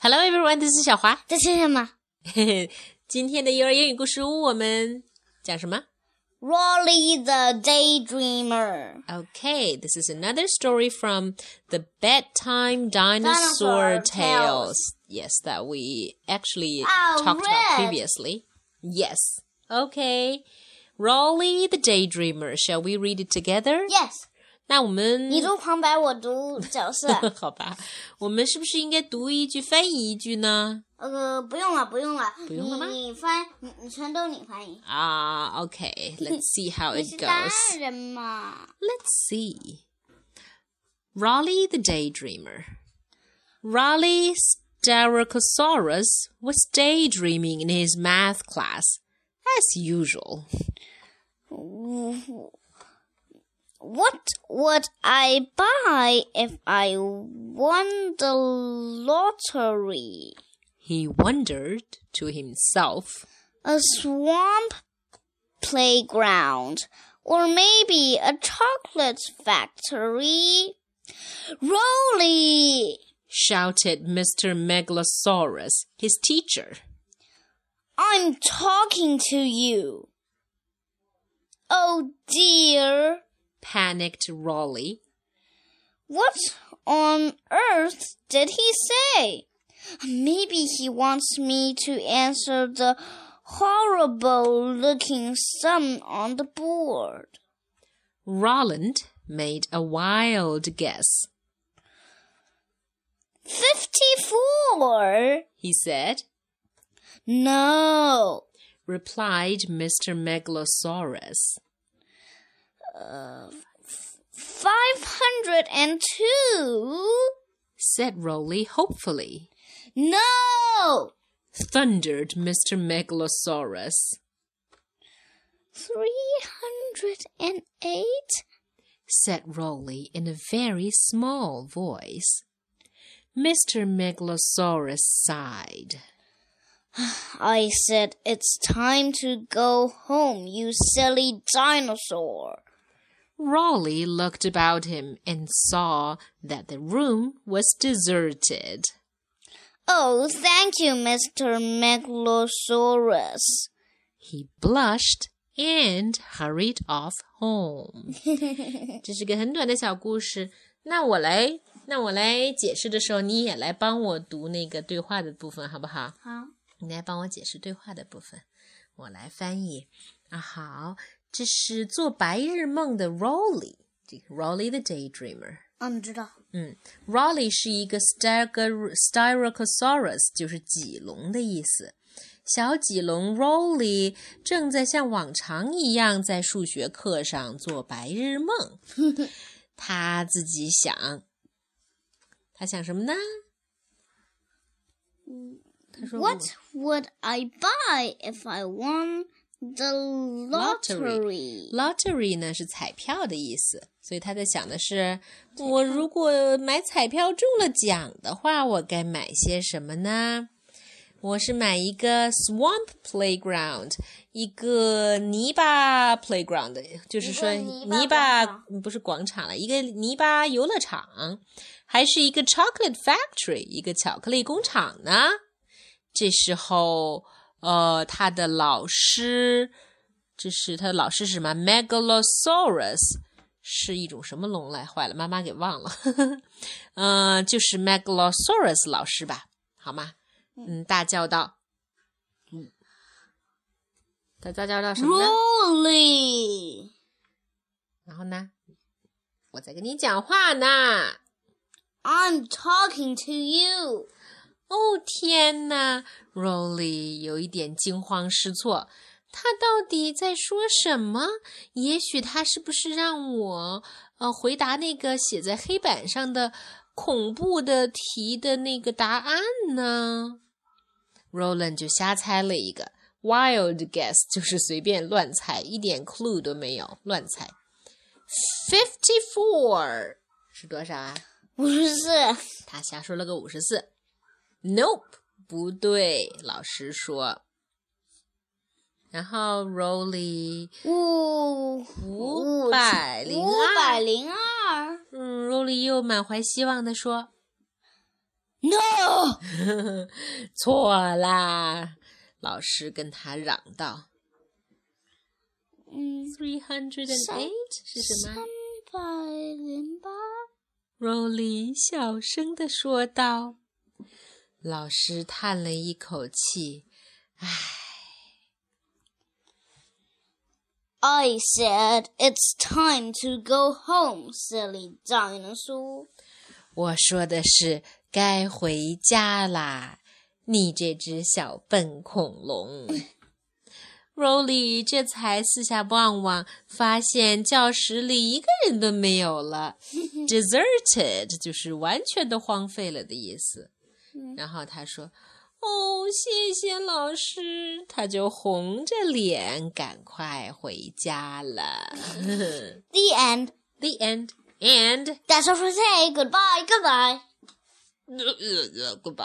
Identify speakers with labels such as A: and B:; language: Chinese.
A: Hello everyone, this is 小华。
B: 这是什么
A: 今天的幼儿英语故事屋，我们讲什么
B: ？Rolly the Daydreamer，
A: ？Okay, this is another story from the bedtime dinosaur
B: Dinosaur
A: tales.
B: tales.
A: Yes, that we actually
B: Oh,
A: talked about
B: red.
A: previously. Yes. Okay. Rolly the Daydreamer. Shall we read it together?
B: Yes，
A: 那我们
B: 你读旁白，我读角色。
A: 好吧，我们是不是应该读一句翻译一句呢？
B: 呃，不用了，不用了，
A: 不用了吗
B: 你你翻，你你全都你翻译。
A: 啊、o k let's see how
B: 你
A: it
B: 是大
A: goes.
B: 人嘛
A: Let's see. Raleigh the Daydreamer. Raleigh Starocosaurus was daydreaming in his math class, as usual.
B: ？What would I buy if I won the lottery?
A: He wondered to himself.
B: a swamp playground, or maybe a chocolate factory. Rolly!
A: Shouted Mr. Megalosaurus, his teacher.
B: I'm talking to you. Oh dear,
A: Panicked Raleigh.
B: what on earth did he say? Maybe he wants me to answer the horrible looking sum on the board.
A: Roland made a wild guess.
B: 54!
A: He said,
B: No.
A: replied Mr. Megalosaurus.
B: Uh, 502?
A: Said Raleigh hopefully.
B: No!
A: thundered Mr. Megalosaurus,
B: 308?
A: said Rolly in a very small voice. Mr. Megalosaurus sighed.
B: I said it's time to go home, you silly dinosaur.
A: Rolly looked about him and saw that the room was deserted.
B: Oh, thank you, Mr. Megalosaurus.
A: He blushed and hurried off home. 这是个很短的小故事。那我来，那我来解释的时候，你也来帮我读那个对话的部分，好不好？你来帮我解释对话的部分，我来翻译。啊，好，这是做白日梦的 Rolly，这个 Rolly the Daydreamer。嗯，Rolly 是一个 Styro- Styrocosaurus，就是脊龙的意思。小脊龙 Rolly 正在像往常一样在数学课上做白日 梦。他自己想，他想什么呢？嗯他说我
B: What would I buy if I won the lottery?
A: Lottery 呢是彩票的意思，所以他在想的是，我如果买彩票中了奖的话，我该买些什么呢？我是买一个 swamp playground，一个泥巴 playground，就是说
B: 一个
A: 泥
B: 泥
A: 巴
B: 巴
A: 嗯不是广场了，一个泥巴游乐场，还是一个 chocolate factory，一个巧克力工厂呢？这时候，呃，他的老师，这是他的老师是什么？Megalosaurus 是一种什么龙来？坏了，妈妈给忘了。呃，就是 Megalosaurus 老师吧，好吗？嗯，大叫道，嗯，大叫道什么呢？
B: Rolly!
A: 然后呢？我在跟你讲话呢。
B: I'm talking to you.
A: 哦天哪，Rolly 有一点惊慌失措。他到底在说什么？也许他是不是让我呃回答那个写在黑板上的恐怖的题的那个答案呢？Roland 就瞎猜了一个 wild guess，就是随便乱猜，一点 clue 都没有，乱猜。Fifty four 是多少啊？他瞎说了个五十四。Nope，不对，老师说。然后 Rolly 五百零二，
B: 五百零二。
A: 嗯，Rolly 又满怀希望的说
B: No,
A: 错啦！老师跟他嚷道
B: 嗯，
A: ：“Three hundred and eight 是什么
B: 三百零八。？”
A: Rolly 小声地说道。老师叹了一口气，
B: I said it's time to go home, silly dinosaur.
A: 我说的是该回家啦，你这只小笨恐龙。Rolly 这才四下望望，发现教室里一个人都没有了，deserted 就是完全都荒废了的意思。然后他说：“哦，谢谢老师。”他就红着脸赶快回家了。
B: The end.
A: The end. And
B: That's all for today. Goodbye. Goodbye.
A: goodbye.